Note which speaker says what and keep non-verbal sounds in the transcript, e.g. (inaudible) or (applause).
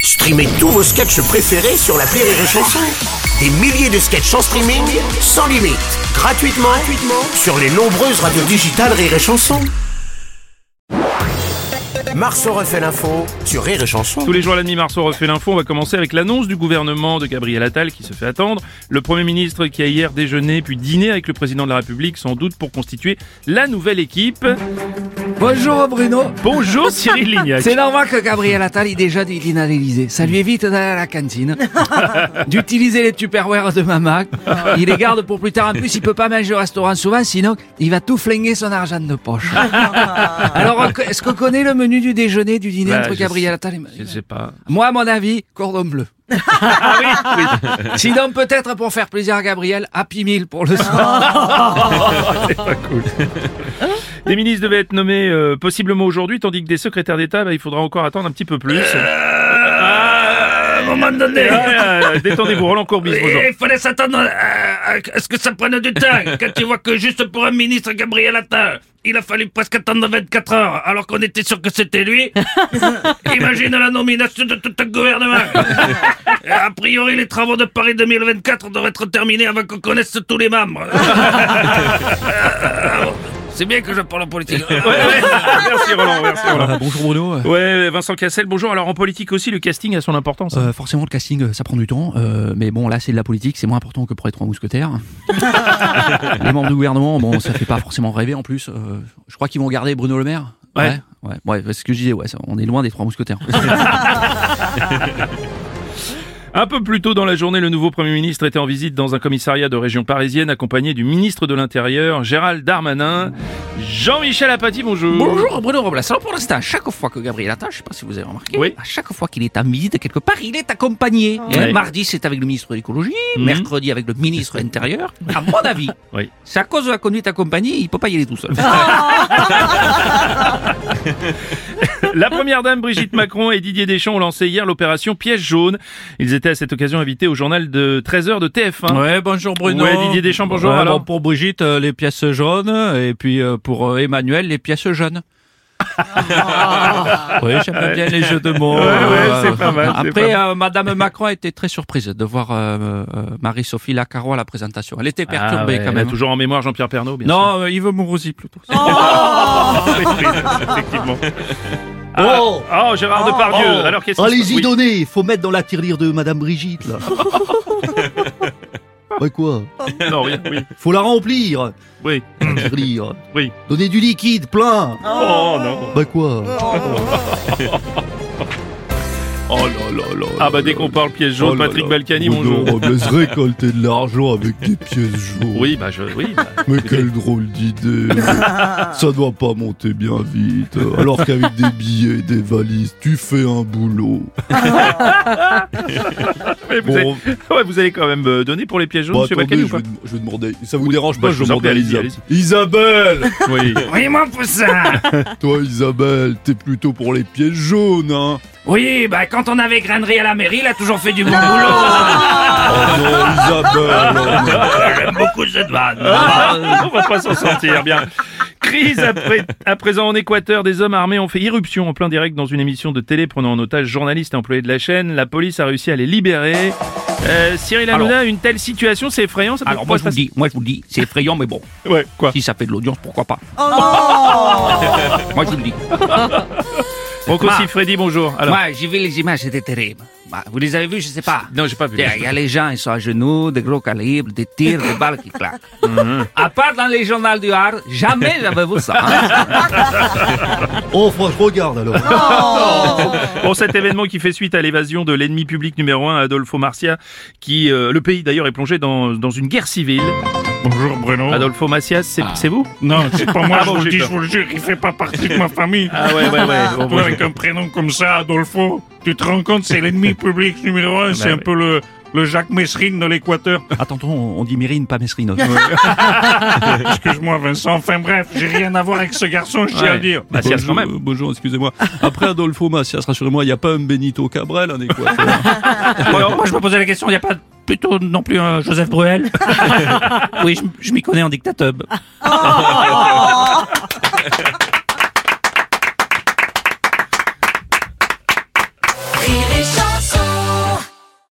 Speaker 1: Streamez tous vos sketchs préférés sur la Rire et Chanson. Des milliers de sketchs en streaming, sans limite, gratuitement, gratuitement sur les nombreuses radios digitales Rire et Chanson. Marceau refait l'info sur Rire et Chanson.
Speaker 2: Tous les jours à la nuit, Marceau refait l'info. On va commencer avec l'annonce du gouvernement de Gabriel Attal qui se fait attendre. Le Premier ministre qui a hier déjeuné puis dîné avec le Président de la République, sans doute pour constituer la nouvelle équipe.
Speaker 3: Bonjour Bruno.
Speaker 2: Bonjour Cyril Lignac.
Speaker 3: C'est normal que Gabriel Attal ait déjà du dîner à l'Elysée. Ça lui évite d'aller à
Speaker 2: (laughs)
Speaker 3: la cantine, d'utiliser les Tupperware de maman. Il les garde pour plus tard. En plus, il peut pas manger au restaurant souvent, sinon il va tout flinguer son argent
Speaker 2: (laughs)
Speaker 3: de poche. Alors, est-ce qu'on connaît le menu du déjeuner, du dîner
Speaker 2: Bah,
Speaker 3: entre
Speaker 2: je
Speaker 3: Gabriel Attal et
Speaker 2: Je sais pas.
Speaker 3: Moi, à mon avis, cordon bleu.
Speaker 2: (laughs) Ah oui, oui. Ah.
Speaker 3: Sinon, peut-être pour faire plaisir à Gabriel, Happy Meal pour le soir.
Speaker 2: Des ministres devaient être nommés euh, possiblement aujourd'hui, tandis que des secrétaires d'État, bah, il faudra encore attendre un petit peu plus.
Speaker 4: Euh, À un moment donné,
Speaker 2: Ah, euh, Détendez-vous, Roland Courbis, bonjour.
Speaker 4: il fallait s'attendre à, à- à ce que ça prenne du temps. Quand tu vois que juste pour un ministre Gabriel Attal, il a fallu presque attendre 24 heures, alors qu'on était sûr que c'était (laughs) lui. Imagine la nomination de tout un gouvernement. A priori, les travaux de Paris 2024 devraient être terminés avant qu'on connaisse tous les (laughs) membres. Euh, C'est bien que je parle en politique.
Speaker 2: Merci Roland, merci Roland.
Speaker 3: bonjour Bruno.
Speaker 2: Ouais, Vincent Cassel, bonjour. Alors en politique aussi, le casting a son importance. hein.
Speaker 3: Euh, forcément, le casting, euh, ça prend du temps. euh, mais bon, là, c'est de la politique. C'est moins important que pour les trois (laughs) mousquetaires. les membres du gouvernement, bon, ça fait pas forcément rêver en plus. euh, je crois qu'ils vont garder Bruno Le Maire.
Speaker 2: Ouais.
Speaker 3: Ouais, Ah, ouais, ouais, c'est ce que je disais. Ouais, ça, on est loin des trois mousquetaires.
Speaker 2: Un peu plus tôt dans la journée, le nouveau Premier ministre était en visite dans un commissariat de région parisienne accompagné du ministre de l'Intérieur, Gérald Darmanin. Jean-Michel Apathy, bonjour.
Speaker 3: (laughs) Bonjour Bruno Robles. Alors pour l'instant, à chaque fois que Gabriel Attal, je sais pas si vous avez remarqué,
Speaker 2: Oui.
Speaker 3: à chaque fois qu'il est en visite quelque part, il est accompagné. Hein,
Speaker 2: Ouais.
Speaker 3: Mardi, c'est avec le ministre de l'écologie, mercredi avec le ministre de l'Intérieur. À mon avis,
Speaker 2: Oui.
Speaker 3: c'est à cause de la conduite accompagnée, il peut pas y aller tout (laughs) seul.
Speaker 2: La première dame Brigitte Macron et Didier Deschamps ont lancé hier l'opération Pièce jaune. Ils étaient à cette occasion invités au journal de 13h de TF1.
Speaker 5: Ouais, bonjour Bruno.
Speaker 2: Ouais, Didier Deschamps, bonjour,
Speaker 5: Ouais,
Speaker 2: alors.
Speaker 5: bon, pour Brigitte, euh, les pièces jaunes, et puis euh, pour euh, Emmanuel, les pièces jaunes. (laughs) oui, j'aime bien les jeux de mots.
Speaker 2: Ouais, ouais, c'est pas mal, c'est
Speaker 5: Après, euh, Madame Macron a été très surprise de voir euh, euh, Marie-Sophie Lacaro à la présentation. Elle était
Speaker 2: Ah
Speaker 5: perturbée
Speaker 2: ouais,
Speaker 5: quand
Speaker 2: mais
Speaker 5: même.
Speaker 2: Toujours en mémoire Jean-Pierre Pernaud, bien sûr. Oh,
Speaker 5: Non, euh, Yves Mourouzi plutôt.
Speaker 2: effectivement. Ah,
Speaker 6: Oh
Speaker 2: oh, Gérard Depardieu.
Speaker 6: Oh.
Speaker 2: Alors qu'est-ce qui se passe
Speaker 6: Allez-y,
Speaker 2: Oui.
Speaker 6: donnez Faut mettre dans la tirelire de Madame Brigitte, là Bah quoi
Speaker 2: Non, rien, oui.
Speaker 6: Faut la remplir,
Speaker 2: Oui.
Speaker 6: la tirelire
Speaker 2: Oui.
Speaker 6: Donnez du liquide, plein
Speaker 2: Oh non.
Speaker 6: Bah quoi
Speaker 2: Oh là là là. Ah bah dès qu'on parle pièce jaune,
Speaker 7: Oh
Speaker 2: Patrick Balkany, bonjour.
Speaker 7: Robles récolter de l'argent avec des pièces jaunes.
Speaker 2: Oui, bah je oui. bah,
Speaker 7: Mais quelle drôle d'idée. Ça doit pas monter bien vite. Alors qu'avec des billets et des valises, tu fais un boulot.
Speaker 2: (laughs) mais vous,
Speaker 7: Bon,
Speaker 2: allez, (laughs) ouais, vous allez quand même euh, donner pour les pièges jaunes,
Speaker 7: bah,
Speaker 2: monsieur
Speaker 7: attendez,
Speaker 2: Balkany ou
Speaker 7: je,
Speaker 2: pas
Speaker 7: vais, dem- je vais demander. Ça vous dérange
Speaker 2: bah, je
Speaker 7: pas, je vais
Speaker 2: vous en
Speaker 7: demander à
Speaker 2: prie,
Speaker 7: Isabelle.
Speaker 2: allez-y,
Speaker 7: Isabelle
Speaker 2: Oui.
Speaker 4: Oui, mon poussin.
Speaker 7: Toi, Isabelle, t'es plutôt pour les pièces jaunes, hein
Speaker 4: Oui, bah quand on avait grainerie à la mairie, il a toujours fait du bon boulot.
Speaker 7: Oh non, Isabelle oh non.
Speaker 4: J'aime beaucoup cette vanne.
Speaker 2: Ah, (laughs) on va pas s'en sortir, bien. Crise après, à présent en Équateur, des hommes armés ont fait irruption en plein direct dans une émission de télé prenant en otage journalistes et employés de la chaîne. La police a réussi à les libérer. Euh, Cyril Hanouna, une telle situation, c'est effrayant. Ça peut
Speaker 3: Alors moi
Speaker 2: pas
Speaker 3: je vous le dis, moi je vous le dis, c'est effrayant mais bon,
Speaker 2: passer- Ouais, quoi
Speaker 3: si ça fait de l'audience, pourquoi pas
Speaker 5: (laughs)
Speaker 3: Moi je vous le dis.
Speaker 2: Donc aussi, Freddy, bonjour. Alors,
Speaker 3: Moi j'ai vu les images, c'était terrible. Bah, vous les avez vues, je sais pas.
Speaker 2: non, j'ai pas vu.
Speaker 3: Il y a les gens, ils sont à genoux, des gros calibres, des tirs, des balles qui claquent.
Speaker 5: Mm-hmm.
Speaker 3: À part dans les journaux du Hard, jamais j'avais vu ça. hein.
Speaker 6: Oh, faut que je regarde, alors
Speaker 2: Bon, cet événement qui fait suite à l'évasion de l'ennemi public numéro un, Adolfo Marcia, qui euh, le pays d'ailleurs est plongé dans, dans une guerre civile.
Speaker 4: Bonjour Bruno.
Speaker 2: Adolfo Marcia, c'est c'est vous
Speaker 4: Non, c'est pas moi,
Speaker 2: Ah
Speaker 4: je
Speaker 2: bon,
Speaker 4: vous le
Speaker 2: j'ai
Speaker 4: dis,
Speaker 2: peur.
Speaker 4: je vous le jure, il fait pas partie
Speaker 2: (laughs)
Speaker 4: de ma famille.
Speaker 2: Ah ouais, ouais, ouais. Bon,
Speaker 4: Toi,
Speaker 2: bon,
Speaker 4: avec un prénom comme ça, Adolfo, tu te rends compte,
Speaker 2: (laughs)
Speaker 4: c'est l'ennemi public numéro un, c'est un
Speaker 2: ouais.
Speaker 4: peu le, le Jacques Messrine de l'Équateur.
Speaker 5: (laughs) Attends, on on dit Mérine, pas Mesrine. (laughs)
Speaker 4: Excuse-moi Vincent, enfin bref, j'ai rien à voir avec ce garçon, je tiens à
Speaker 2: Ouais.
Speaker 4: le dire.
Speaker 2: Bah, c'est quand
Speaker 5: bonjour,
Speaker 2: même.
Speaker 5: euh, bonjour, excusez-moi. Après Adolfo Macias, rassurez-moi, il n'y a pas un Benito Cabrel en
Speaker 3: (laughs)
Speaker 5: Équateur.
Speaker 3: moi je me posais la question, il n'y a pas plutôt non plus un Joseph Bruel
Speaker 5: (laughs)
Speaker 3: Oui, je, je m'y connais en dictateur.